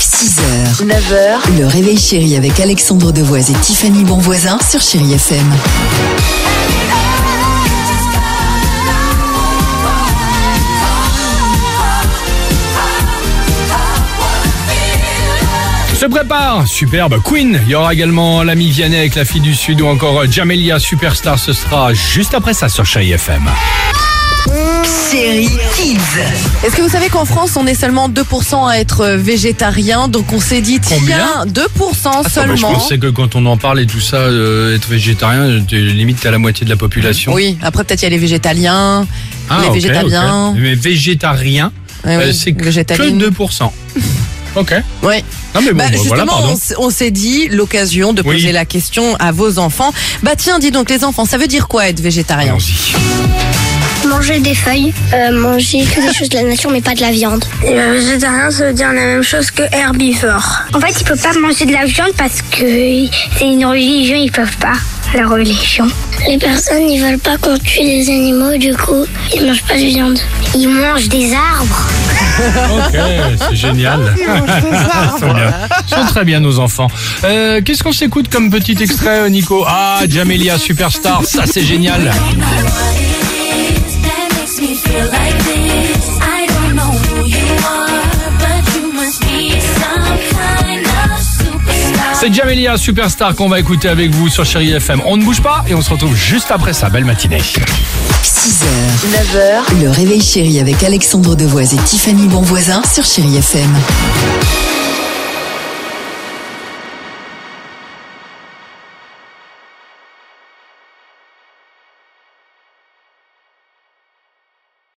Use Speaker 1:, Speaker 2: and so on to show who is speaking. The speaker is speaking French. Speaker 1: 6h, 9h, le réveil chéri avec Alexandre Devoise et Tiffany Bonvoisin sur Chéri FM.
Speaker 2: se prépare. Superbe Queen. Il y aura également l'ami Vianney avec la fille du Sud ou encore euh, Jamelia Superstar. Ce sera juste après ça sur Chai Ah, FM.
Speaker 1: Chéri Kids.
Speaker 3: Est-ce que vous savez qu'en France, on est seulement 2% à être végétarien Donc on s'est dit, tiens,
Speaker 2: Combien
Speaker 3: 2%
Speaker 2: je
Speaker 3: seulement.
Speaker 2: pensais que quand on en parle et tout ça, euh, être végétarien, t'es- limite à la moitié de la population.
Speaker 3: Oui, après peut-être il y a les végétaliens,
Speaker 2: Ah,
Speaker 3: les
Speaker 2: ok,
Speaker 3: végétaliens.
Speaker 2: ok. Mais végétarien,
Speaker 3: Ouais,
Speaker 2: euh,
Speaker 3: oui,
Speaker 2: c'est que
Speaker 3: végétalines.
Speaker 2: 2%. ok.
Speaker 3: Ouais.
Speaker 2: Non mais bon,
Speaker 3: Bah,
Speaker 2: bah,
Speaker 3: justement,
Speaker 2: voilà,
Speaker 3: on
Speaker 2: pardon.
Speaker 3: s- on s'est dit l'occasion de
Speaker 2: Oui.
Speaker 3: poser la question à vos enfants. Bah tiens, dis donc les enfants, ça veut dire quoi être végétarien
Speaker 2: Allons-y.
Speaker 4: Manger des feuilles, euh, manger que des choses de la nature mais pas de la viande. euh, végétarien, ça veut dire la même chose que herbivore. En fait, il peut pas manger de la viande parce que c'est une religion, ils peuvent pas. La religion. Les personnes, ils veulent pas qu'on tue les animaux, du coup, ils mangent pas de viande. Ils mangent des arbres.
Speaker 2: Ok, c'est génial. Ils sont bien. Ils sont très bien nos enfants. Euh, Qu'est-ce qu'on s'écoute comme petit extrait, euh, Nico Ah, Jamelia Superstar, ça c'est génial.
Speaker 5: I know what it is that makes me feel like this. I don't know who you are, but you must be some kind of superstar.
Speaker 2: C'est Jamelia Superstar qu'on va écouter avec vous sur Chéri FM. On ne bouge pas et on se retrouve juste après ça. Belle matinée.
Speaker 1: 6h, 9h, le réveil chéri avec Alexandre Devoise et Tiffany Bonvoisin sur Chéri FM.